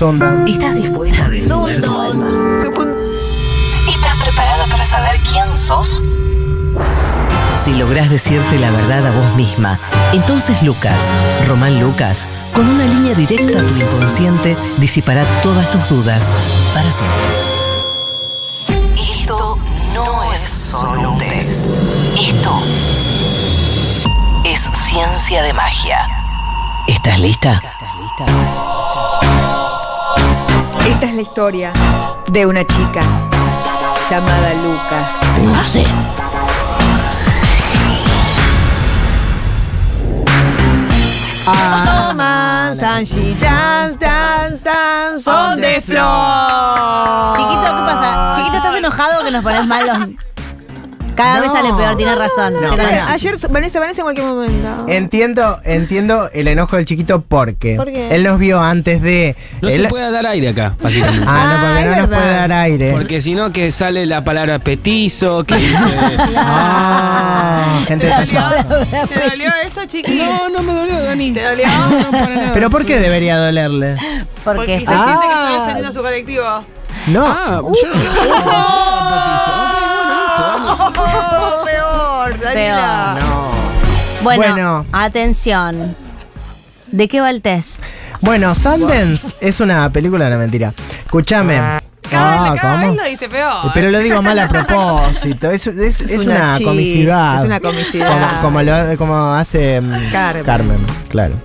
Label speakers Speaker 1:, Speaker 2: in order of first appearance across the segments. Speaker 1: sonda.
Speaker 2: ¿Estás dispuesta a desnudar tu alma?
Speaker 3: ¿Estás preparada para saber quién sos?
Speaker 2: Si lográs decirte la verdad a vos misma, entonces Lucas, Román Lucas, con una línea directa a tu inconsciente, disipará todas tus dudas para siempre.
Speaker 3: Esto no es solo un test. Esto es ciencia de magia.
Speaker 2: ¿Estás lista?
Speaker 4: Esta es la historia de una chica llamada Lucas.
Speaker 2: No sé.
Speaker 4: Thomas and she dance, dance, dance on the floor.
Speaker 5: Chiquito, ¿qué pasa? Chiquito, ¿estás enojado que nos pones mal los... Cada
Speaker 4: No.
Speaker 5: vez sale peor, tienes razón. Estoy con el
Speaker 4: Bueno,
Speaker 5: chico.
Speaker 4: ayer so- Vanessa, Vanessa en cualquier momento.
Speaker 1: Entiendo, entiendo el enojo del chiquito porque
Speaker 4: ¿Por qué?
Speaker 1: él nos vio antes de.
Speaker 6: No
Speaker 1: él-
Speaker 6: se puede dar aire acá, básicamente.
Speaker 1: Ah, no,
Speaker 4: Ah,
Speaker 1: porque
Speaker 4: es
Speaker 1: no nos
Speaker 4: verdad.
Speaker 1: puede dar aire.
Speaker 6: Porque si no, que sale la palabra petizo, que dice.
Speaker 1: Ah, gente está llamando.
Speaker 4: ¿Te dolió eso, chiquito?
Speaker 6: No, no me dolió, Dani.
Speaker 4: ¿Te dolió?
Speaker 6: No, no, para nada.
Speaker 1: Pero ¿por qué debería dolerle?
Speaker 5: Porque
Speaker 4: Porque se
Speaker 5: Ah,
Speaker 4: siente que está defendiendo a su colectivo.
Speaker 1: No.
Speaker 6: Ah, yo no yo no pensaba petizo. Ok, bueno, listo, vamos.
Speaker 4: Oh, peor, Daniela.
Speaker 5: bueno,
Speaker 1: Bueno.
Speaker 5: atención. ¿De qué va el test?
Speaker 1: Bueno, Sundance es una película, no mentira. Escúchame.
Speaker 4: Cada,
Speaker 1: Ah,
Speaker 4: vez, cada
Speaker 1: ¿cómo?
Speaker 4: vez lo dice peor.
Speaker 1: Pero lo digo mal a propósito. Es, es- es
Speaker 4: una
Speaker 1: una,
Speaker 4: chiste,
Speaker 1: comicidad.
Speaker 4: es una comicidad.
Speaker 1: Como, como lo- como hace mm, Carmen.
Speaker 4: Carmen.
Speaker 1: claro.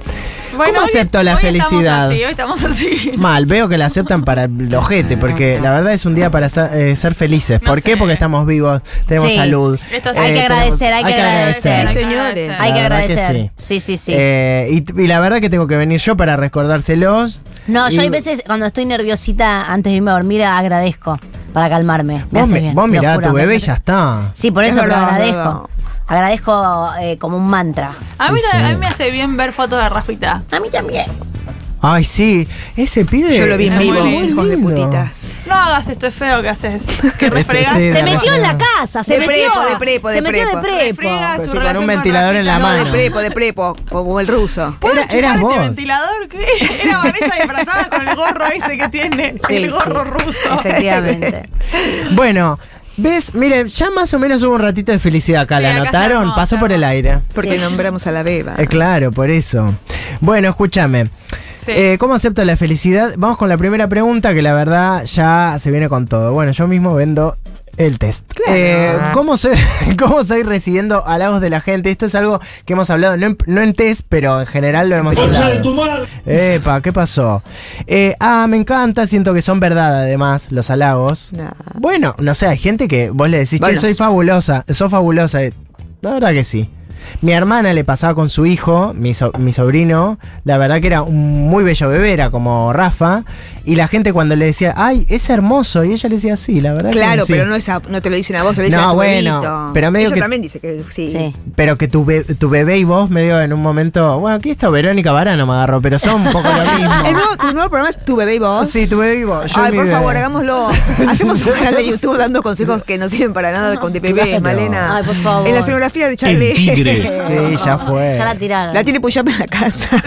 Speaker 4: Bueno,
Speaker 1: ¿Cómo
Speaker 4: hoy-
Speaker 1: acepto la
Speaker 4: hoy
Speaker 1: felicidad?
Speaker 4: Estamos así, hoy estamos así.
Speaker 1: Mal, veo que la aceptan para el ojete, porque la verdad es un día para esta- eh, ser felices.
Speaker 4: No
Speaker 1: ¿Por qué?
Speaker 4: sé.
Speaker 1: Porque estamos vivos, tenemos
Speaker 5: Sí.
Speaker 1: salud. eh,
Speaker 4: Esto sí.
Speaker 5: Hay que
Speaker 1: tenemos-
Speaker 5: agradecer, hay que agradecer.
Speaker 4: Sí,
Speaker 5: Sí,
Speaker 4: señores.
Speaker 5: Hay que
Speaker 1: La verdad que
Speaker 5: agradecer. sí, sí, sí.
Speaker 1: Eh, y, y la verdad que tengo que venir yo para recordárselos.
Speaker 5: no, yo
Speaker 1: y-
Speaker 5: hay veces cuando estoy nerviosita antes de irme a dormir agradezco para calmarme. Me
Speaker 1: Vos,
Speaker 5: hace
Speaker 1: mi-
Speaker 5: bien,
Speaker 1: vos
Speaker 5: lo
Speaker 1: mirá a
Speaker 5: juro,
Speaker 1: tu
Speaker 5: me-
Speaker 1: bebé y ya está.
Speaker 5: Sí, por
Speaker 4: Es
Speaker 5: eso
Speaker 4: verdad,
Speaker 5: lo
Speaker 4: es
Speaker 5: agradezco. Agradezco eh, como un mantra.
Speaker 4: A mí,
Speaker 1: Sí,
Speaker 4: a mí
Speaker 1: sí.
Speaker 4: me hace bien ver fotos de Rafita.
Speaker 5: A mí también.
Speaker 1: Ay, sí, ese pibe.
Speaker 7: Yo lo vi
Speaker 1: es
Speaker 7: en vivo,
Speaker 1: muy
Speaker 7: hijos de
Speaker 1: lindo.
Speaker 7: putitas.
Speaker 4: No hagas esto, es feo que haces. Que refregas.
Speaker 1: Este, sí,
Speaker 5: Se
Speaker 1: la
Speaker 5: metió en la
Speaker 1: verdad.
Speaker 5: casa, se
Speaker 7: De
Speaker 5: metió.
Speaker 7: prepo, de prepo, de
Speaker 5: se metió de
Speaker 7: prepo.
Speaker 5: prepo.
Speaker 4: Refrega su
Speaker 1: Sí, con un
Speaker 4: relación
Speaker 1: ventilador en la
Speaker 4: Rafita.
Speaker 7: No, de
Speaker 1: mano.
Speaker 7: prepo, de prepo, como el ruso.
Speaker 4: ¿Puedo
Speaker 1: Era-
Speaker 4: chupar
Speaker 1: eras
Speaker 4: este
Speaker 1: vos.
Speaker 4: ventilador? ¿Qué? Era Vanessa disfrazada con el gorro ese que tiene.
Speaker 5: Sí,
Speaker 4: el gorro
Speaker 5: sí.
Speaker 4: ruso.
Speaker 5: Efectivamente.
Speaker 1: Bueno, ves, miren, ya más o menos hubo un ratito de felicidad acá.
Speaker 4: Sí,
Speaker 1: ¿La
Speaker 4: acá se
Speaker 1: notaron?
Speaker 4: armó,
Speaker 1: Pasó
Speaker 4: se
Speaker 1: por el
Speaker 4: armó.
Speaker 1: aire.
Speaker 7: Porque
Speaker 5: Sí.
Speaker 7: nombramos a la beba.
Speaker 1: Eh, claro, por eso. Bueno, escúchame.
Speaker 4: Sí.
Speaker 1: Eh, ¿Cómo acepto la felicidad? Vamos con la primera pregunta, que la verdad ya se viene con todo. Bueno, yo mismo vendo el test. Eh, ¿cómo, soy, ¿Cómo soy recibiendo halagos de la gente? Esto es algo que hemos hablado, no en, no en test, pero en general lo hemos hablado. Epa, ¿qué pasó? Eh, ah, me encanta, siento que son verdad además los halagos.
Speaker 7: Nah.
Speaker 1: Bueno, no sé, hay gente que vos le decís, che,
Speaker 7: Bueno,
Speaker 1: soy
Speaker 7: sí.
Speaker 1: fabulosa, sos fabulosa. Eh, La verdad que sí. Mi hermana le pasaba con su hijo, mi, so- mi sobrino, la verdad que era un muy bello bebé, era como Rafa, y la gente cuando le decía, ay, es hermoso, y ella le decía, sí, la verdad
Speaker 7: Claro,
Speaker 1: que sí.
Speaker 7: pero no, es a- no te lo dicen a vos, te lo dicen
Speaker 1: No,
Speaker 7: a tu
Speaker 1: bueno,
Speaker 7: bebito.
Speaker 1: pero medio
Speaker 7: Ella
Speaker 1: que-
Speaker 7: también dice que sí.
Speaker 5: Sí.
Speaker 1: Pero que tu, be- tu bebé y vos medio en un momento, bueno, aquí está Verónica Barano me agarró, pero son un poco lo
Speaker 7: El
Speaker 1: mismo.
Speaker 7: nuevo, tu nuevo programa es Tu Bebé y Vos.
Speaker 1: Sí, Tu Bebé y Vos, yo y
Speaker 7: Ay,
Speaker 1: mi
Speaker 7: por
Speaker 1: bebé.
Speaker 7: favor, hagámoslo. Hacemos un canal de YouTube dando consejos que no sirven para nada con de bebé,
Speaker 1: Claro.
Speaker 7: Malena.
Speaker 5: Ay, por favor.
Speaker 7: En la escenografía de Charlie.
Speaker 6: tigre.
Speaker 1: Sí, ya fue.
Speaker 5: Ya la tiraron.
Speaker 7: La tiene Puyap en la casa.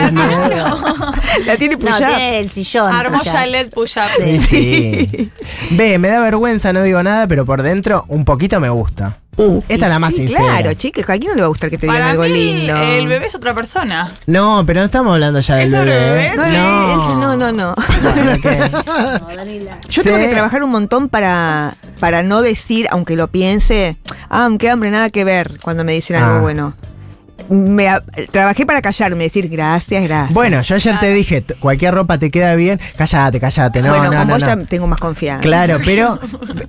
Speaker 7: La tiene
Speaker 1: Pues
Speaker 5: no,
Speaker 7: Puyap.
Speaker 5: tiene el sillón.
Speaker 4: Armó
Speaker 5: ya.
Speaker 4: Chalet E Push-Up.
Speaker 1: E Sí, sí. Ve, me da vergüenza, no digo nada, pero por dentro un poquito me gusta.
Speaker 7: Uh,
Speaker 1: Esta es la
Speaker 7: y
Speaker 1: más
Speaker 7: sí,
Speaker 1: sincera.
Speaker 7: Claro, chicas, ¿a quién no le va a gustar que te digan
Speaker 4: Para
Speaker 7: algo
Speaker 4: mí,
Speaker 7: lindo?
Speaker 4: el bebé es otra persona.
Speaker 1: No, pero no estamos hablando ya del
Speaker 4: ¿Es
Speaker 1: bebé.
Speaker 4: sobre
Speaker 1: ¿eh?
Speaker 4: bebés?
Speaker 7: No,
Speaker 1: No.
Speaker 7: es- es- no, no, no.
Speaker 1: Bueno, ok.
Speaker 7: Yo tengo
Speaker 1: Sí.
Speaker 7: que trabajar un montón para, para no decir, aunque lo piense, ah, qué hambre, nada que ver cuando me dicen
Speaker 1: Ah.
Speaker 7: algo bueno. Me, a- trabajé para callarme, decir gracias, gracias.
Speaker 1: Bueno, yo ayer
Speaker 7: Ah.
Speaker 1: te dije, "T- cualquier ropa te queda bien, cállate, cállate, no,
Speaker 7: bueno
Speaker 1: no,
Speaker 7: con
Speaker 1: no,
Speaker 7: vos
Speaker 1: no".
Speaker 7: ya tengo más confianza.
Speaker 1: Claro, pero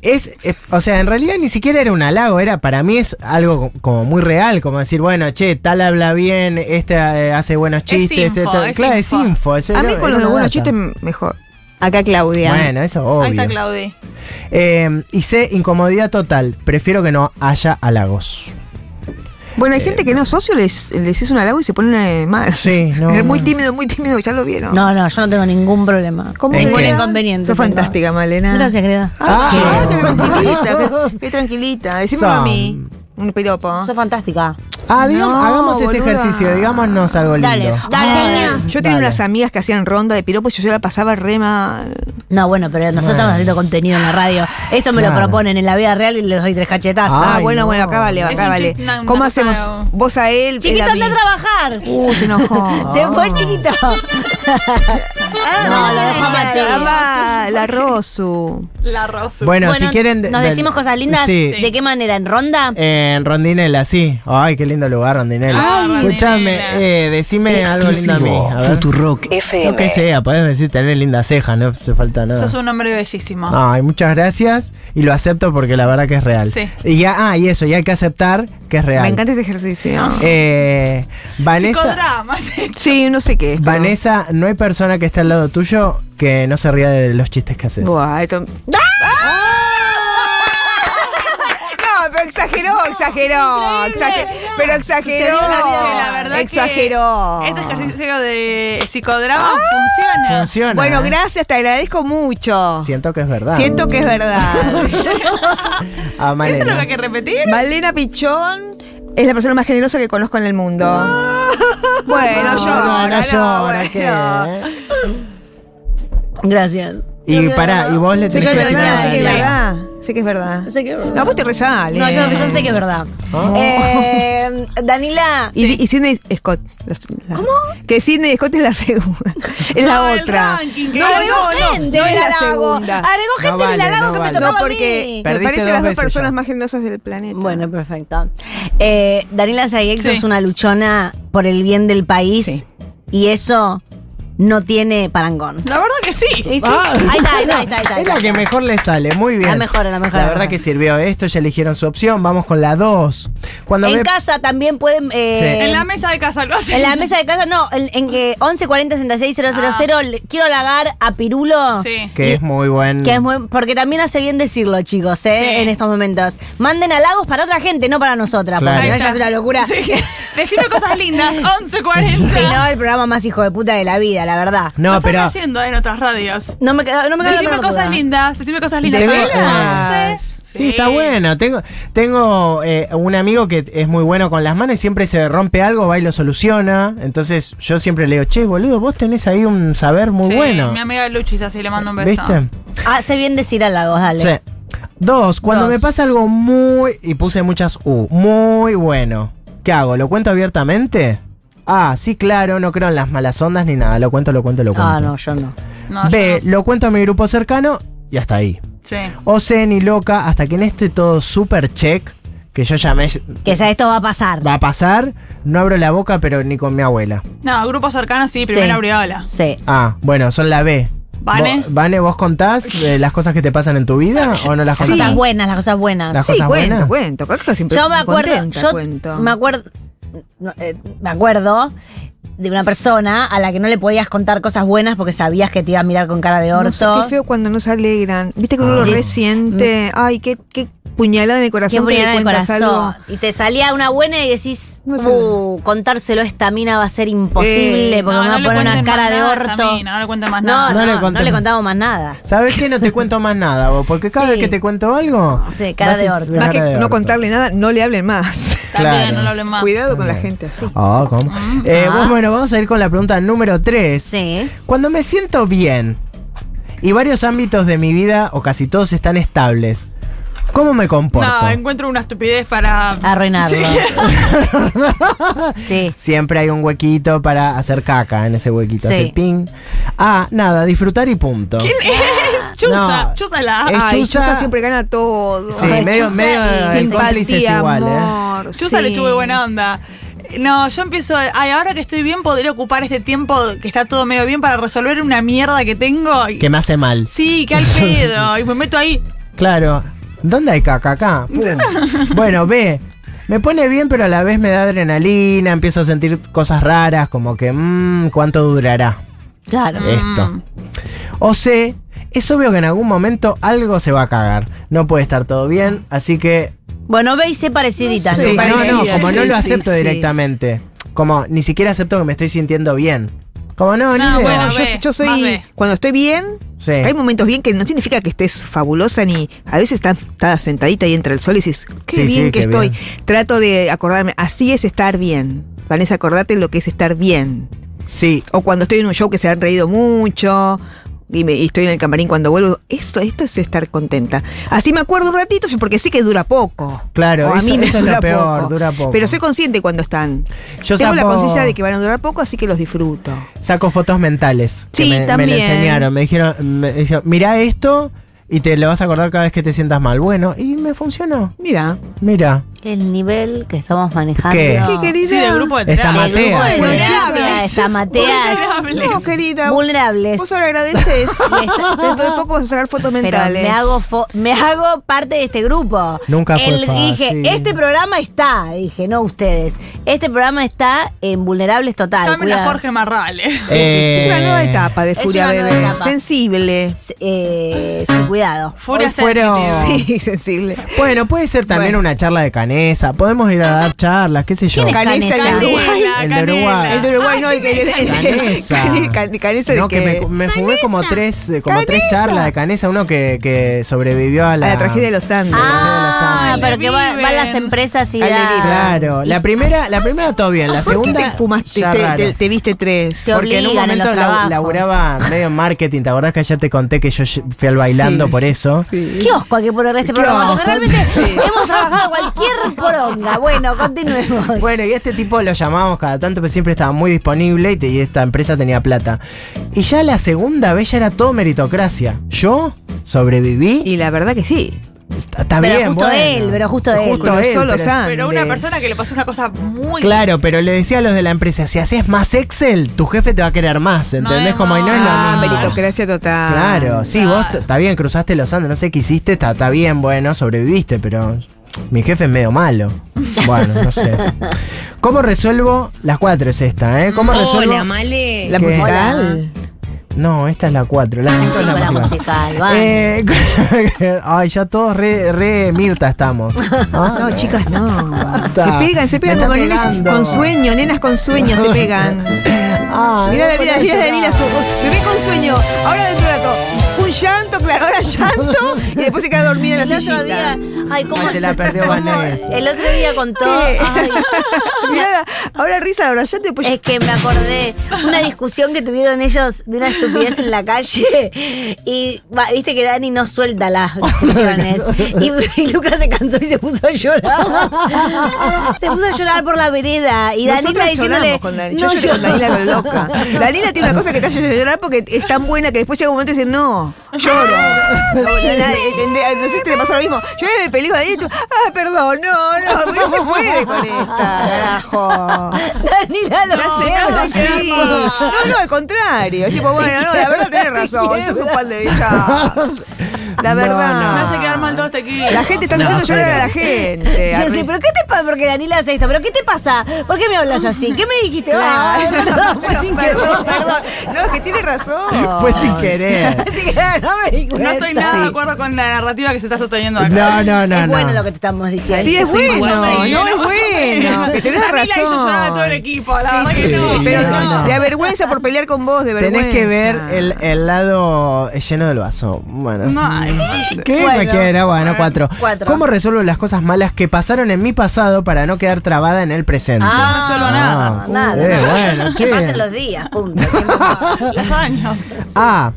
Speaker 1: es, es- o sea, en realidad ni siquiera era un halago, era para mí es algo co- como muy real, como decir, bueno, che, tal habla bien, este eh, hace buenos chistes, este,
Speaker 4: info,
Speaker 1: tal-
Speaker 4: es
Speaker 1: claro, es
Speaker 4: info.
Speaker 1: info. eso
Speaker 7: A
Speaker 1: era-
Speaker 7: mí con
Speaker 1: era
Speaker 7: los
Speaker 1: una
Speaker 7: buenos
Speaker 1: data.
Speaker 7: chistes mejor. Acá Claudia.
Speaker 1: Bueno, eso
Speaker 4: Ahí está
Speaker 1: obvio.
Speaker 4: Claudi.
Speaker 1: Eh, y sé incomodidad total, prefiero que no haya halagos.
Speaker 7: Bueno, hay gente que no socio, les, les hizo un halago y se ponen eh, mal.
Speaker 1: Sí, no,
Speaker 7: Es muy
Speaker 1: no.
Speaker 7: tímido, muy tímido, ya lo vieron.
Speaker 5: No, no, yo no tengo ningún problema.
Speaker 1: ¿En
Speaker 5: ningún
Speaker 1: qué?
Speaker 5: inconveniente.
Speaker 7: Sos
Speaker 5: tengo.
Speaker 7: fantástica, Malena.
Speaker 5: Gracias, querida.
Speaker 7: Ah,
Speaker 1: Ah.
Speaker 7: qué tranquilita, qué, qué tranquilita. Decímelo a
Speaker 1: Son.
Speaker 7: mí. Un piropo.
Speaker 5: Sos fantástica.
Speaker 1: Ah, digamos,
Speaker 7: No,
Speaker 1: hagamos este
Speaker 7: boluda.
Speaker 1: ejercicio, digámonos algo lindo. Ah.
Speaker 5: Dale, dale.
Speaker 7: Yo tenía
Speaker 1: Dale.
Speaker 7: unas amigas que hacían ronda de piropos y yo la pasaba re mal.
Speaker 5: No, bueno, pero nosotros estamos haciendo contenido en la radio. Esto me
Speaker 1: Claro.
Speaker 5: lo proponen en la vida real y les doy tres cachetazos.
Speaker 1: Ay,
Speaker 7: Ah, bueno,
Speaker 1: no.
Speaker 7: bueno, acá vale,
Speaker 8: Es
Speaker 7: acá
Speaker 8: un
Speaker 7: vale.
Speaker 8: chiste, una- una
Speaker 7: ¿Cómo
Speaker 8: cosa
Speaker 7: hacemos?
Speaker 8: o-
Speaker 7: Vos a él. él
Speaker 5: Chiquito,
Speaker 7: a mí.
Speaker 5: anda a trabajar.
Speaker 7: Uh, se
Speaker 1: Ah.
Speaker 7: enojó.
Speaker 5: Se fue el chiquito. no, lo dejó
Speaker 7: Ah,
Speaker 5: Matilde.
Speaker 7: la- la Rosu.
Speaker 8: La Rosu.
Speaker 1: Bueno,
Speaker 5: Bueno,
Speaker 1: si quieren.
Speaker 5: nos
Speaker 1: del-
Speaker 5: decimos cosas lindas.
Speaker 1: Sí. eh,
Speaker 5: ¿De qué manera? ¿En ronda?
Speaker 1: En Rondinela, sí. Ay, qué lindo lugar, Rondinela.
Speaker 8: Ah, Rondinela.
Speaker 1: Escúchame, eh, decime algo lindo a mí.
Speaker 2: Exclusivo.
Speaker 1: a ver.
Speaker 2: Futurock.
Speaker 1: Lo que sea, podés decir tener lindas cejas, no hace falta nada.
Speaker 8: Sos un hombre bellísimo.
Speaker 1: Ay, muchas gracias y lo acepto porque la verdad que es real.
Speaker 8: Sí.
Speaker 1: Y ya, ah, y eso, y hay que aceptar que es real.
Speaker 7: Me encanta este ejercicio.
Speaker 1: Eh, Vanessa,
Speaker 8: Psicodrama, sí.
Speaker 7: Sí, no sé qué. es, pero-
Speaker 1: Vanessa, no hay persona que esté al lado tuyo que no se ría de los chistes que haces.
Speaker 7: Buah, esto- ¡Ah! No, pero exageró, exageró, exager- pero exageró,
Speaker 8: Sucedió la vida. La verdad que
Speaker 7: exageró.
Speaker 8: Este ejercicio de
Speaker 1: Ah,
Speaker 8: psicodrama funciona.
Speaker 1: Funciona.
Speaker 7: Bueno,
Speaker 1: ¿eh?
Speaker 7: gracias, te agradezco mucho.
Speaker 1: Siento que es verdad.
Speaker 7: Siento que es verdad.
Speaker 1: Ah,
Speaker 8: ¿Eso
Speaker 1: Malena.
Speaker 8: lo hay que repetir?
Speaker 7: Malena Pichón es la persona más generosa que conozco en el mundo. Bueno, yo.
Speaker 1: No, no llora, ¿qué?
Speaker 5: Gracias.
Speaker 1: Y pará, y vos le
Speaker 7: Sé
Speaker 1: tenés
Speaker 7: que
Speaker 1: que
Speaker 7: es
Speaker 1: decir
Speaker 7: verdad,
Speaker 1: a
Speaker 7: sé que es
Speaker 1: Malena.
Speaker 7: verdad. Sé que es verdad.
Speaker 5: Sé que es verdad.
Speaker 7: No, vos te resales.
Speaker 5: No, yo, yo sé que es verdad.
Speaker 1: Ah.
Speaker 5: Eh, Danila.
Speaker 7: Y, y Sidney Scott. ¿Cómo? Que Sidney Scott es la segunda. Es la
Speaker 8: No, el
Speaker 7: otra.
Speaker 8: ranking, que
Speaker 7: no,
Speaker 8: agregó
Speaker 7: no, no,
Speaker 5: gente
Speaker 7: no es
Speaker 5: del
Speaker 7: la
Speaker 5: halago.
Speaker 7: segunda.
Speaker 5: Agregó
Speaker 1: No
Speaker 5: gente del
Speaker 1: vale,
Speaker 5: halago
Speaker 1: no
Speaker 5: que
Speaker 1: vale.
Speaker 5: me
Speaker 7: No,
Speaker 5: tocaba a
Speaker 7: porque
Speaker 5: mí.
Speaker 7: me
Speaker 1: Perdiste
Speaker 7: parecen
Speaker 1: dos
Speaker 7: las dos
Speaker 1: veces
Speaker 7: personas
Speaker 1: ya.
Speaker 7: más generosas del planeta.
Speaker 5: Bueno, perfecto. Eh, Daniela Zayek
Speaker 8: Sí.
Speaker 5: es una luchona por el bien del país
Speaker 7: Sí.
Speaker 5: y eso no tiene parangón.
Speaker 8: La verdad que sí.
Speaker 5: Y sí, Eh,
Speaker 1: Ah.
Speaker 5: ahí está, ahí está, ahí está. ahí está.
Speaker 1: Es la que mejor le sale, muy bien.
Speaker 5: La mejor, la mejor, la
Speaker 1: La verdad
Speaker 5: mejor.
Speaker 1: que sirvió esto, ya eligieron su opción. Vamos con la 2. Cuando
Speaker 5: en
Speaker 1: ve-
Speaker 5: casa también pueden. eh,
Speaker 1: Sí.
Speaker 8: En la mesa de casa lo hacen.
Speaker 5: en la mesa de casa, no, en, en que 1140 000, le- quiero halagar a Pirulo.
Speaker 8: Sí.
Speaker 1: que es muy buen.
Speaker 5: Que es muy- porque también hace bien decirlo, chicos, ¿eh?
Speaker 8: Sí.
Speaker 5: en estos momentos. Manden halagos para otra gente, no para nosotras,
Speaker 1: Claro.
Speaker 5: porque
Speaker 1: Ahí
Speaker 5: no,
Speaker 8: está.
Speaker 5: ya es una locura.
Speaker 8: Sí. Decime cosas lindas. 11.40.
Speaker 5: Si no, el programa más hijo de puta de la vida, la verdad.
Speaker 8: Lo
Speaker 1: No,
Speaker 8: están
Speaker 1: pero.
Speaker 8: haciendo en otras radios.
Speaker 5: No me queda, no me queda la
Speaker 8: Decime
Speaker 5: menor
Speaker 8: cosas
Speaker 5: duda.
Speaker 8: lindas. Decime cosas lindas.
Speaker 1: De
Speaker 8: Ahí
Speaker 1: veras.
Speaker 8: la haces.
Speaker 1: Sí, está bueno. Tengo, tengo eh, un amigo que es muy bueno con las manos y siempre se rompe algo, va y lo soluciona. Entonces yo siempre le digo, che, boludo, vos tenés ahí un saber muy
Speaker 8: Sí,
Speaker 1: bueno.
Speaker 8: Mi amiga Luchis, así le mando un beso.
Speaker 1: ¿Viste?
Speaker 5: Hace bien decir halagos, dale.
Speaker 1: Sí. Dos, cuando
Speaker 5: Dos.
Speaker 1: me pasa algo muy. Y puse muchas U. Muy bueno. ¿Qué hago? ¿Lo cuento abiertamente? Ah, sí, claro, no creo en las malas ondas ni nada. Lo cuento, lo cuento, lo cuento.
Speaker 5: Ah, no, yo no.
Speaker 8: No, yo
Speaker 1: B,
Speaker 8: no.
Speaker 1: lo cuento a mi grupo cercano y hasta ahí.
Speaker 8: Sí.
Speaker 1: O C, ni loca, hasta que en este todo super check, que yo llamé,
Speaker 5: Que sea, esto va a pasar.
Speaker 1: va a pasar, no abro la boca, pero ni con mi abuela.
Speaker 8: No, grupos cercanos sí, primera aureola.
Speaker 5: Sí.
Speaker 1: Ah, bueno, son la B.
Speaker 8: Vane.
Speaker 1: Vo- Vane, ¿vos contás eh, las cosas que te pasan en tu vida o no las
Speaker 5: Las
Speaker 7: Sí.
Speaker 1: contás?
Speaker 5: cosas buenas, las cosas buenas.
Speaker 1: Las
Speaker 7: Sí,
Speaker 1: cosas
Speaker 7: cuento,
Speaker 1: buenas.
Speaker 7: cuento. Creo que siempre
Speaker 5: Yo me acuerdo,
Speaker 7: contenta,
Speaker 5: yo
Speaker 7: cuento.
Speaker 5: me acuerdo, no, eh, me acuerdo de una persona a la que no le podías contar cosas buenas porque sabías que te iba a mirar con cara de orto.
Speaker 7: No sé, qué feo cuando nos alegran. Viste que uno
Speaker 1: Ah.
Speaker 7: lo
Speaker 1: Sí.
Speaker 7: resiente.
Speaker 8: Mm.
Speaker 7: Ay, qué, qué puñalada en el corazón
Speaker 5: Siempre
Speaker 7: que
Speaker 5: en
Speaker 7: le
Speaker 5: el
Speaker 7: cuentas
Speaker 5: corazón.
Speaker 7: algo.
Speaker 5: Y te salía una buena y decís,
Speaker 7: No sé.
Speaker 5: "Uh, contárselo a esta mina va a ser imposible
Speaker 7: Eh,
Speaker 5: porque me va a
Speaker 8: le
Speaker 5: poner una
Speaker 8: cuenten
Speaker 5: cara
Speaker 8: más
Speaker 5: de
Speaker 8: nada,
Speaker 5: orto.
Speaker 8: Sammy, No, no le cuenten más
Speaker 5: no,
Speaker 8: nada.
Speaker 1: No
Speaker 5: no,
Speaker 1: le
Speaker 5: no
Speaker 1: conté-
Speaker 5: le contamos más nada.
Speaker 1: ¿Sabes qué? No te cuento más nada, vos, porque cada
Speaker 5: Sí.
Speaker 1: vez que te cuento algo.
Speaker 5: Sí, cara
Speaker 1: vas
Speaker 5: de
Speaker 1: a-
Speaker 5: orto.
Speaker 1: cara
Speaker 7: Más que
Speaker 1: de
Speaker 7: no
Speaker 1: orto.
Speaker 7: contarle nada, no le hablen más.
Speaker 8: También,
Speaker 1: claro.
Speaker 8: no lo hablen más.
Speaker 7: Cuidado con la gente así.
Speaker 1: Ah, ¿cómo? Eh,
Speaker 5: Ah.
Speaker 1: Bueno, vamos a ir con la pregunta número 3.
Speaker 5: Sí.
Speaker 1: Cuando me siento bien y varios ámbitos de mi vida, o casi todos, están estables, ¿cómo me comporto?
Speaker 8: No, encuentro una estupidez para.
Speaker 5: Arruinarlo. Sí.
Speaker 1: Siempre hay un huequito para hacer caca en ese huequito.
Speaker 5: Sí.
Speaker 1: Hacer ping. Ah, nada, disfrutar y punto.
Speaker 8: ¿Quién es? Chusa,
Speaker 1: No. Eh,
Speaker 8: chusa la.
Speaker 1: Es
Speaker 7: Ay,
Speaker 1: Chusa.
Speaker 7: Chusa siempre gana todo.
Speaker 1: Sí,
Speaker 5: Ay,
Speaker 1: medio,
Speaker 5: Chusa
Speaker 1: medio
Speaker 5: y-
Speaker 1: el cómplice es
Speaker 7: Simpatía,
Speaker 1: igual, ¿eh?
Speaker 7: amor.
Speaker 8: Chusa
Speaker 7: sí.
Speaker 8: le tuve buena onda. No, yo empiezo. a- Ay, ahora que estoy bien, podré ocupar este tiempo que está todo medio bien para resolver una mierda que tengo. Y-
Speaker 1: Que me hace mal.
Speaker 8: Sí, que al pedo. Y me meto ahí.
Speaker 1: Claro. ¿Dónde hay caca acá? Pum. bueno, ve. Me pone bien, pero a la vez me da adrenalina, empiezo a sentir cosas raras, como que, mmm, ¿cuánto durará
Speaker 5: Claro.
Speaker 8: Mm.
Speaker 1: esto? O C, es obvio que en algún momento algo se va a cagar. No puede estar todo bien, así que...
Speaker 5: Bueno, ve y sé parecidita.
Speaker 7: sé,
Speaker 5: ¿no?
Speaker 1: Sí, no, no,
Speaker 7: parecida,
Speaker 1: como
Speaker 7: sí,
Speaker 1: no lo
Speaker 7: sí,
Speaker 1: acepto
Speaker 7: sí.
Speaker 1: directamente. Como ni siquiera acepto que me estoy sintiendo bien. Como no, ni
Speaker 8: No,
Speaker 1: idea.
Speaker 8: bueno,
Speaker 7: No, yo,
Speaker 8: ve,
Speaker 7: yo
Speaker 8: más
Speaker 7: soy.
Speaker 8: ve.
Speaker 7: Cuando estoy bien,
Speaker 1: Sí.
Speaker 7: hay momentos bien que no significa que estés fabulosa ni. A veces estás, estás sentadita y entra el sol y dices, qué
Speaker 1: Sí,
Speaker 7: bien
Speaker 1: sí,
Speaker 7: que
Speaker 1: qué
Speaker 7: estoy.
Speaker 1: bien.
Speaker 7: Trato de acordarme. Así es estar bien. Vanessa, acordate lo que es estar bien.
Speaker 1: Sí.
Speaker 7: O cuando estoy en un show que se han reído mucho. Y, me- y estoy en el camarín cuando vuelvo. Esto, esto es estar contenta. Así me acuerdo un ratito, yo- porque sé que dura poco.
Speaker 1: Claro,
Speaker 7: O a
Speaker 1: eso-
Speaker 7: mí me
Speaker 1: eso es lo
Speaker 7: dura
Speaker 1: peor, dura poco.
Speaker 7: Pero soy consciente cuando están.
Speaker 1: Yo
Speaker 7: Tengo la
Speaker 1: saco-
Speaker 7: conciencia de que van a durar poco, así que los disfruto.
Speaker 1: Saco fotos mentales. que
Speaker 7: Sí,
Speaker 1: me, me la
Speaker 7: también.
Speaker 1: enseñaron. Me dijeron, me dijeron, mirá esto y te lo vas a acordar cada vez que te sientas mal. Bueno, y me funcionó.
Speaker 7: Mira.
Speaker 1: Mira.
Speaker 5: El nivel que estamos manejando.
Speaker 1: ¿Qué?
Speaker 7: Qué querida.
Speaker 8: Sí, del grupo de
Speaker 1: Está
Speaker 8: terapia.
Speaker 5: El grupo de
Speaker 1: Matea.
Speaker 5: terapia,
Speaker 8: Vulnerables.
Speaker 5: esa Mateas.
Speaker 7: No, querida.
Speaker 5: Vulnerables.
Speaker 7: Vos solo agradeces. Dentro de poco vas a sacar fotos
Speaker 5: Pero
Speaker 7: mentales.
Speaker 5: me hago, fo- me hago parte de este grupo.
Speaker 1: Nunca fue
Speaker 5: El-
Speaker 1: fácil.
Speaker 5: Dije, este programa está, dije, no ustedes. Este programa está en Vulnerables Total.
Speaker 8: Llamen a
Speaker 5: cuidado.
Speaker 8: Jorge Marrales.
Speaker 1: Eh,
Speaker 7: Es una nueva etapa de
Speaker 5: es
Speaker 7: Furia
Speaker 5: una nueva
Speaker 7: Bebé.
Speaker 5: etapa.
Speaker 7: Sensible.
Speaker 5: S- eh, sí, cuidado.
Speaker 8: Furia
Speaker 1: Hoy fueron-
Speaker 5: Oh.
Speaker 8: sensitiva.
Speaker 7: Sí, sensible.
Speaker 1: Bueno, puede ser también
Speaker 7: Bueno.
Speaker 1: una charla de canesa. Podemos ir a dar charlas, qué sé yo.
Speaker 5: ¿Quién es
Speaker 7: Canesa
Speaker 5: Canela.
Speaker 7: de Uruguay.
Speaker 8: Canela,
Speaker 1: El de Uruguay.
Speaker 7: El de Uruguay, no, el que.
Speaker 1: Canesa.
Speaker 7: Canesa de
Speaker 1: No, que me, me jugué como tres, eh, como tres
Speaker 7: Canesa.
Speaker 1: charlas de canesa. Uno que, que sobrevivió a
Speaker 7: A
Speaker 1: la,
Speaker 7: la tragedia de los Andes.
Speaker 5: Ah,
Speaker 8: Los Ángeles.
Speaker 5: pero que va- van
Speaker 8: Viven.
Speaker 5: las empresas y
Speaker 7: Al
Speaker 5: da.
Speaker 7: delirio.
Speaker 1: Claro, la primera, la primera todo bien, la
Speaker 7: ¿Por qué
Speaker 1: segunda
Speaker 7: te fumaste?
Speaker 1: ya
Speaker 7: Te,
Speaker 1: raro.
Speaker 7: te- te viste tres.
Speaker 5: Te
Speaker 1: Porque en un
Speaker 5: obligan en los
Speaker 1: momento lau-
Speaker 5: trabajos.
Speaker 1: laburaba medio en marketing, ¿te acordás que ayer te conté que yo ll- fui al bailando
Speaker 7: Sí,
Speaker 1: por eso?
Speaker 7: sí.
Speaker 5: Qué osco hay que poner este
Speaker 1: Qué
Speaker 5: programa.
Speaker 1: osco.
Speaker 5: Porque realmente hemos trabajado cualquier poronga. Bueno, continuemos.
Speaker 1: Bueno, y este tipo lo llamábamos cada tanto, pero siempre estaba muy disponible y, te- y esta empresa tenía plata. Y ya la segunda vez ya era todo meritocracia. Yo sobreviví
Speaker 7: Y la verdad que sí.
Speaker 1: Está, está
Speaker 5: Pero
Speaker 1: bien,
Speaker 5: justo
Speaker 1: bueno.
Speaker 5: él, pero justo él.
Speaker 1: Justo él,
Speaker 7: Solo
Speaker 1: pero-
Speaker 7: Andes.
Speaker 8: Pero una persona que le pasó una cosa muy
Speaker 1: Claro, pero le decía a los de la empresa, si haces más Excel, tu jefe te va a querer más, ¿entendés?
Speaker 8: es
Speaker 1: Como y no es lo
Speaker 7: Ah,
Speaker 1: mismo.
Speaker 7: meritocracia total.
Speaker 1: Claro, sí,
Speaker 8: Claro.
Speaker 1: vos t- está bien, cruzaste los Andes, no sé qué hiciste, está, está bien, bueno, sobreviviste, pero mi jefe es medio malo. Bueno, no sé. ¿Cómo resuelvo? Las cuatro es esta, ¿eh? ¿Cómo resuelvo?
Speaker 9: Male.
Speaker 7: La
Speaker 1: ¿Qué?
Speaker 7: musical.
Speaker 1: No, esta es la 4. La 5
Speaker 5: sí,
Speaker 1: es la
Speaker 5: con la
Speaker 1: musical.
Speaker 5: musical, vale.
Speaker 1: Eh, ay, ya todos re, re Mirta estamos. Ah,
Speaker 7: No, chicas, no.
Speaker 1: Basta.
Speaker 7: Se pegan, se pegan
Speaker 1: Me está
Speaker 7: como nenes
Speaker 1: pegando.
Speaker 7: con sueño, nenas con sueño se pegan.
Speaker 1: Ay,
Speaker 7: Mirá la
Speaker 1: no
Speaker 7: vida,
Speaker 1: podés
Speaker 7: vida de
Speaker 1: llorar.
Speaker 7: Mila, su- bebé con sueño. Ahora dentro de un rato, un llanto, claro, ahora llanto, y después se queda dormida en
Speaker 5: El
Speaker 7: la
Speaker 5: otro
Speaker 7: sillita.
Speaker 5: día, ay, cómo
Speaker 1: Ay, se la perdió
Speaker 5: cómo-
Speaker 1: Vanessa.
Speaker 5: El otro día contó,
Speaker 7: ¿Qué?
Speaker 5: ay,
Speaker 7: Mirá, la- ahora risa, ahora llanto, después
Speaker 5: es que me acordé una discusión que tuvieron ellos de una estupidez en la calle y va, viste que Dani no suelta las discusiones y, y Lucas se cansó y se puso a llorar. Se puso a llorar por la vereda y Dani está
Speaker 7: Nosotras lloramos
Speaker 5: diciéndole
Speaker 7: con Dani.
Speaker 5: no,
Speaker 7: Yo lloré con
Speaker 5: yo-
Speaker 7: Daniela con loca. Daniela tiene una cosa que te hace llorar porque es tan buena que después llega un momento y dice, no, lloro. No, la- entendé- eh, no sé si te pasó lo mismo. Yo me peligro ahí y tú, ah, perdón, no, no, porque no se puede con esta, carajo.
Speaker 5: Daniela lo
Speaker 7: La
Speaker 5: lleva.
Speaker 7: cenada así. No, no, al contrario. Es tipo, bueno, no, la verdad tenés razón. Sos un pan de bicha. La verdad.
Speaker 8: Me hace quedar mal todo este equipo.
Speaker 7: La gente está
Speaker 1: No,
Speaker 7: haciendo llorar a la
Speaker 5: Y
Speaker 7: gente.
Speaker 5: yo decía, pero ¿qué te pasa? Porque Daniela hace esto, pero ¿qué te pasa? ¿Por qué me hablas así? ¿Qué me dijiste? Ah, de verdad, fue sin querer.
Speaker 7: Perdón, perdón. No, es que tiene razón.
Speaker 1: Fue Pues sin querer.
Speaker 5: Así que no me di
Speaker 8: No
Speaker 5: cuenta.
Speaker 8: estoy nada de acuerdo con la narrativa que se está sosteniendo acá.
Speaker 1: No, no, no,
Speaker 5: es
Speaker 1: no.
Speaker 5: bueno lo que te estamos diciendo.
Speaker 7: Sí, es bueno.
Speaker 8: Más
Speaker 7: No,
Speaker 8: o menos,
Speaker 7: es
Speaker 8: más o
Speaker 7: bueno.
Speaker 8: menos.
Speaker 7: Que tenés
Speaker 8: A mí la hizo
Speaker 7: razón.
Speaker 8: llorar a todo el equipo, la verdad
Speaker 7: Sí,
Speaker 8: que
Speaker 7: sí,
Speaker 8: no.
Speaker 7: sí, pero
Speaker 1: no, no.
Speaker 7: de vergüenza por pelear con vos, de vergüenza.
Speaker 1: Tenés que ver el, el lado lleno del vaso. Bueno.
Speaker 8: No, ay, no sé.
Speaker 1: ¿Qué?
Speaker 5: Bueno.
Speaker 1: Cualquiera, bueno, cuatro.
Speaker 5: Cuatro.
Speaker 1: ¿Cómo resuelvo las cosas malas que pasaron en mi pasado para no quedar trabada en el presente?
Speaker 5: Ah,
Speaker 8: No resuelvo nada.
Speaker 5: Nada.
Speaker 1: Eh, bueno,
Speaker 5: que
Speaker 1: che.
Speaker 5: pasen los días, punto.
Speaker 8: Los años.
Speaker 1: Ah,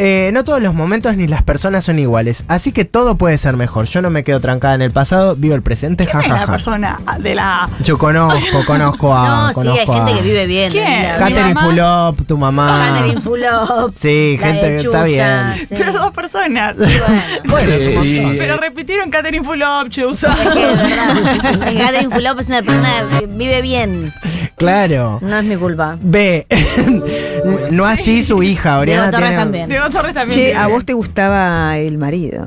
Speaker 1: eh, no todos los momentos ni las personas son iguales, así que todo puede ser mejor. Yo no me quedo trancada en el pasado, vivo el presente,
Speaker 8: Es la
Speaker 1: jajaja.
Speaker 8: persona de la.
Speaker 1: Yo conozco, conozco a.
Speaker 5: No, sí, hay
Speaker 1: conozco
Speaker 5: gente
Speaker 1: a-
Speaker 5: que vive bien.
Speaker 8: ¿Quién?
Speaker 5: Daniela.
Speaker 8: Cate- Mi
Speaker 1: Catherine
Speaker 8: mamá.
Speaker 1: Fulop, tu mamá.
Speaker 5: Oh, Catherine Fulop.
Speaker 1: Sí,
Speaker 5: la
Speaker 1: gente
Speaker 5: de
Speaker 1: que está
Speaker 5: Chuza,
Speaker 1: bien.
Speaker 5: sí.
Speaker 8: Pero dos personas.
Speaker 5: Bueno,
Speaker 1: Bueno,
Speaker 6: Eh,
Speaker 1: es un montón.
Speaker 8: Pero repitieron Catherine Fulop,
Speaker 5: es que de
Speaker 8: Chusa.
Speaker 5: verdad, Catherine Fulop es una persona que vive bien.
Speaker 1: Claro.
Speaker 5: No es mi culpa.
Speaker 1: B. no así su hija, Oriana.
Speaker 5: Diego Torres
Speaker 1: tiene-
Speaker 5: también.
Speaker 8: Diego Torres también.
Speaker 7: Che,
Speaker 8: vive.
Speaker 7: a vos te gustaba el marido.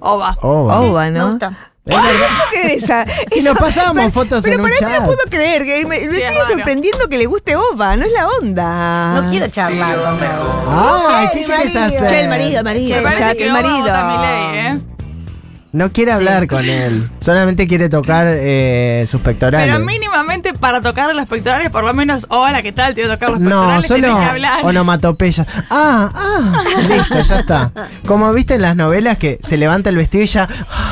Speaker 8: Oba.
Speaker 1: Oh, va.
Speaker 7: Oba,
Speaker 5: Me
Speaker 7: ¿no?
Speaker 5: gusta.
Speaker 7: Es verdad. ¿Cómo que esa?
Speaker 1: Si
Speaker 7: esa-
Speaker 1: nos pasábamos
Speaker 7: pero-
Speaker 1: fotos en
Speaker 7: pero
Speaker 1: un
Speaker 7: para
Speaker 1: chat.
Speaker 7: no puedo creer. Que me, me
Speaker 8: Sí, es
Speaker 7: sigue
Speaker 8: raro.
Speaker 7: sorprendiendo que le guste Oba, no es la onda.
Speaker 5: No quiero charlar con vos.
Speaker 1: Ay,
Speaker 5: Che,
Speaker 1: Ah, ¿qué
Speaker 5: mi
Speaker 1: quieres
Speaker 5: marido.
Speaker 1: hacer?
Speaker 7: Che, el marido, el marido.
Speaker 8: Me
Speaker 7: ya,
Speaker 8: parece
Speaker 7: que
Speaker 8: que
Speaker 7: el
Speaker 8: Oba
Speaker 7: marido.
Speaker 8: vota a Milei, ¿eh?
Speaker 1: No quiere hablar con él. Solamente quiere tocar eh, sus pectorales.
Speaker 8: Pero mínimamente para tocar los pectorales, por lo menos, hola, ¿qué tal? Te voy a tocar los
Speaker 1: No,
Speaker 8: pectorales,
Speaker 1: solo
Speaker 8: tenés que hablar.
Speaker 1: onomatopeya. Ah, ah, listo, ya está. Como viste en las novelas que se levanta el vestido y ya. ¡Ah!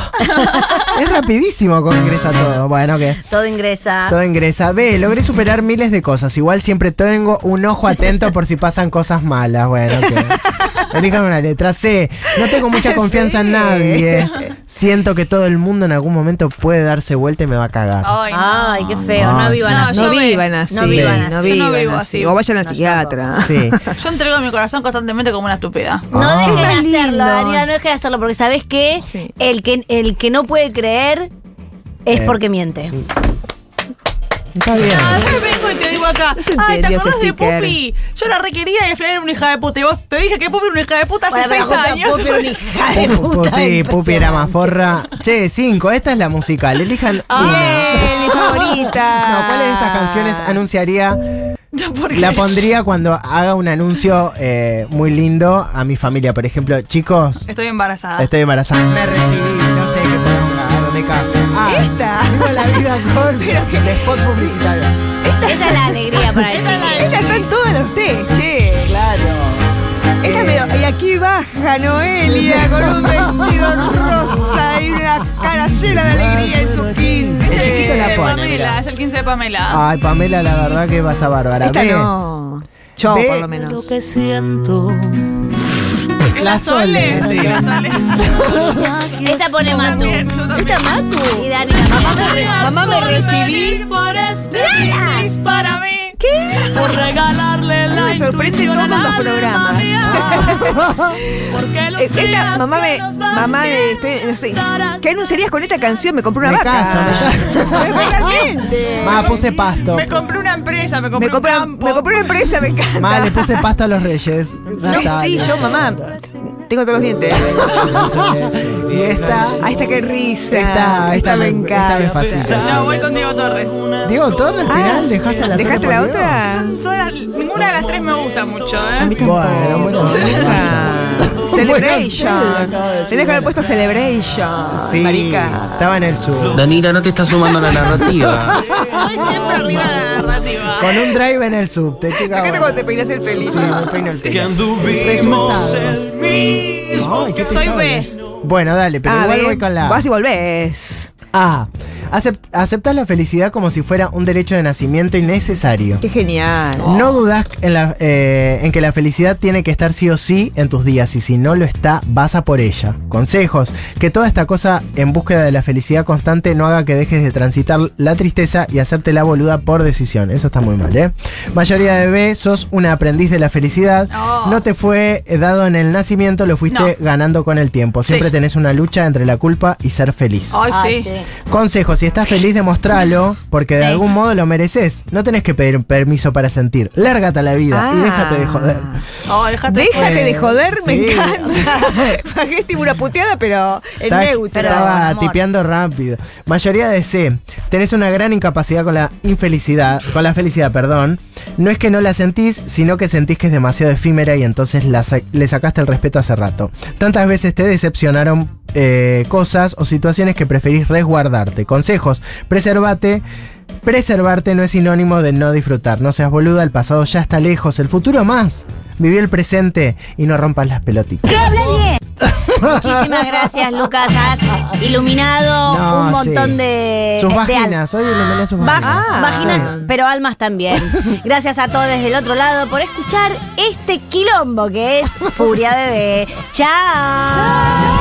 Speaker 1: Es rapidísimo como ingresa todo. Bueno, que
Speaker 5: Todo ingresa.
Speaker 1: todo ingresa. Ve, logré superar miles de cosas. Igual siempre tengo un ojo atento por si pasan cosas malas. Bueno, que. Elijan una letra C. No tengo mucha confianza en
Speaker 7: Sí.
Speaker 1: nadie. Siento que todo el mundo en algún momento puede darse vuelta y me va a cagar.
Speaker 5: Oh.
Speaker 8: Ay, no.
Speaker 5: Ay, qué feo.
Speaker 1: No,
Speaker 5: No vivan
Speaker 8: no,
Speaker 5: así.
Speaker 8: yo
Speaker 7: No
Speaker 8: me-
Speaker 7: vivan así.
Speaker 5: no vivan así.
Speaker 7: No
Speaker 8: Yo no
Speaker 7: vivan
Speaker 8: vivo
Speaker 7: así.
Speaker 8: así.
Speaker 7: O vayan al
Speaker 5: No,
Speaker 7: psiquiatra.
Speaker 1: Sí.
Speaker 8: Yo entrego mi corazón constantemente como una estúpida.
Speaker 5: No
Speaker 1: Ah.
Speaker 5: dejes de
Speaker 7: Es lindo.
Speaker 5: hacerlo, Daniela, no dejes de hacerlo, porque sabes qué?
Speaker 8: Sí.
Speaker 5: El que el que no puede creer es
Speaker 1: Eh.
Speaker 5: porque miente.
Speaker 1: Está bien.
Speaker 8: Ah, yo vengo y te digo acá.
Speaker 7: No se
Speaker 8: Ay, ¿te
Speaker 7: entendió ese
Speaker 8: acordás de
Speaker 7: sticker.
Speaker 8: Pupi? Yo la requería y al final era una hija de puta. Y vos te dije que Pupi era una hija de puta hace
Speaker 5: Bueno, pero
Speaker 8: seis
Speaker 5: Jota,
Speaker 8: años.
Speaker 5: Pupi era una hija de
Speaker 1: Pupu,
Speaker 5: puta,
Speaker 1: sí, Pupi era
Speaker 5: impresionante.
Speaker 1: más forra. Che, cinco, esta es la musical. Elijan.
Speaker 7: Bien, mi favorita.
Speaker 1: No, ¿cuál de estas canciones anunciaría?
Speaker 8: Porque-
Speaker 1: La pondría cuando haga un anuncio eh, muy lindo a mi familia. Por ejemplo, chicos,
Speaker 8: Estoy embarazada.
Speaker 1: estoy embarazada. Me recibí, no sé qué pongo, me caso. Ah,
Speaker 7: Esta.
Speaker 1: Vivo la vida con el spot publicitario.
Speaker 5: Esa es la alegría para el chico.
Speaker 7: Esta está en todos los test, che.
Speaker 1: Claro.
Speaker 7: Esta es medio. Y aquí baja Noelia con un vestido rosa y una cara llena de alegría en sus 15.
Speaker 8: Es el
Speaker 1: Sí,
Speaker 8: 15
Speaker 1: la
Speaker 8: de
Speaker 1: pone,
Speaker 8: Pamela.
Speaker 1: mirá.
Speaker 8: Es el 15 de Pamela.
Speaker 1: Ay, Pamela, la verdad que va a estar bárbara.
Speaker 7: Esta
Speaker 1: Ve,
Speaker 7: no. Yo,
Speaker 1: Ve.
Speaker 7: por lo menos.
Speaker 2: que siento.
Speaker 8: Es la
Speaker 1: la
Speaker 8: Sole.
Speaker 1: Sole,
Speaker 8: Sí,
Speaker 1: Eh, sí.
Speaker 8: la Sole.
Speaker 5: Esta pone Matu.
Speaker 8: También, yo también.
Speaker 7: Esta Matu.
Speaker 5: Y Dani también.
Speaker 7: Mamá, me recibí.
Speaker 8: por este feliz para mí. ¿Qué? Por regalarle la
Speaker 7: Me sorprende
Speaker 8: intuición
Speaker 7: todos los
Speaker 8: al alma
Speaker 7: programas.
Speaker 8: mía. Ah, Porque los
Speaker 7: Esta
Speaker 8: días
Speaker 7: mamá
Speaker 8: se
Speaker 7: me.
Speaker 8: nos van
Speaker 7: Mamá, eh,
Speaker 8: viendo
Speaker 7: estoy, no sé.
Speaker 8: estar
Speaker 7: ¿Qué anunciarías con esta canción? Me compré una
Speaker 1: Me
Speaker 7: vaca.
Speaker 1: caso, me
Speaker 7: Totalmente.
Speaker 1: Ma, puse pasto.
Speaker 8: Me compré una empresa, me compré
Speaker 7: Me compré,
Speaker 8: un
Speaker 7: una-
Speaker 8: campo.
Speaker 7: me compré una empresa, me encanta.
Speaker 1: Ma, le puse pasto a los reyes. Ya
Speaker 7: No,
Speaker 1: está,
Speaker 7: sí,
Speaker 1: ya está.
Speaker 7: yo, mamá. Tengo todos los dientes.
Speaker 1: Y esta.
Speaker 7: Ahí está, qué risa.
Speaker 1: Esta, esta, me,
Speaker 7: me
Speaker 1: esta me
Speaker 7: encanta.
Speaker 1: fascina.
Speaker 8: No, voy con Diego Torres.
Speaker 1: Diego Torres, al
Speaker 7: Ah,
Speaker 1: final dejaste la
Speaker 7: ¿Dejaste
Speaker 1: otra
Speaker 7: la
Speaker 1: por Diego?
Speaker 7: otra?
Speaker 8: Son todas- ninguna de las tres me gusta mucho, ¿eh?
Speaker 1: Bueno, bueno.
Speaker 7: Ah, Celebration. Tenés que haber puesto Celebration.
Speaker 1: Sí,
Speaker 7: Marica.
Speaker 1: estaba en el sur.
Speaker 6: Danila, no te estás sumando a la narrativa.
Speaker 8: Voy siempre arriba de la narrativa.
Speaker 1: Con un drive en el subte, chica.
Speaker 7: Acá te Ah,
Speaker 1: bueno.
Speaker 7: cuando te peinas el feliz.
Speaker 1: Sí, me peino el pelo. Resultados. Ay, qué
Speaker 8: Soy
Speaker 1: pesado.
Speaker 8: B.
Speaker 1: Bueno, dale, pero
Speaker 7: A
Speaker 1: igual
Speaker 7: ver,
Speaker 1: voy con la
Speaker 7: Ah, Vas y volvés.
Speaker 1: A. Acep- aceptas la felicidad como si fuera un derecho de nacimiento innecesario.
Speaker 7: Qué genial.
Speaker 1: No dudas en, la- eh, en que la felicidad tiene que estar sí o sí en tus días y si no lo está, vas a por ella. Consejos, que toda esta cosa en búsqueda de la felicidad constante no haga que dejes de transitar la tristeza y hacerte la boluda por decisión. Eso está muy mal, ¿eh? Mayoría de B, sos una aprendiz de la felicidad.
Speaker 8: Oh.
Speaker 1: No te fue eh, dado en el nacimiento, lo fuiste ganando con el tiempo. Siempre
Speaker 8: Sí.
Speaker 1: tenés una lucha entre la culpa y ser feliz.
Speaker 8: Ay,
Speaker 5: Ay,
Speaker 8: sí.
Speaker 5: sí.
Speaker 1: Consejo, si estás feliz, demostralo, porque de
Speaker 5: Sí.
Speaker 1: algún modo lo mereces. No tenés que pedir permiso para sentir. Lárgate a la vida y
Speaker 7: Ah.
Speaker 1: déjate de joder.
Speaker 8: Oh, déjate.
Speaker 7: Déjate de joder, me
Speaker 1: Ah, Sí.
Speaker 7: encanta. Bajé tipo una puteada, pero en
Speaker 1: Está-
Speaker 7: neutro.
Speaker 1: estaba
Speaker 5: amor.
Speaker 1: tipeando rápido. Mayoría de C. Tenés una gran incapacidad con la infelicidad, con la felicidad, perdón. No es que no la sentís, sino que sentís que es demasiado efímera y entonces la sa- le sacaste el respeto hace rato. Tantas veces te decepcionaron eh, cosas o situaciones que preferís resguardarte. Consejos, preservate. Preservarte no es sinónimo de no disfrutar. No seas boluda, el pasado ya está lejos, el futuro más. Viví el presente y no rompas las pelotitas.
Speaker 5: Muchísimas gracias, Lucas. Has iluminado
Speaker 1: No,
Speaker 5: un montón
Speaker 1: sí.
Speaker 5: de.
Speaker 1: Sus
Speaker 5: Eh, de Ah,
Speaker 1: vaginas, hoy iluminé sus
Speaker 5: Va-
Speaker 1: vaginas.
Speaker 5: vaginas,
Speaker 1: Sí.
Speaker 5: pero almas también. Gracias a todos desde el otro lado por escuchar este quilombo que es Furia Bebé. Chao.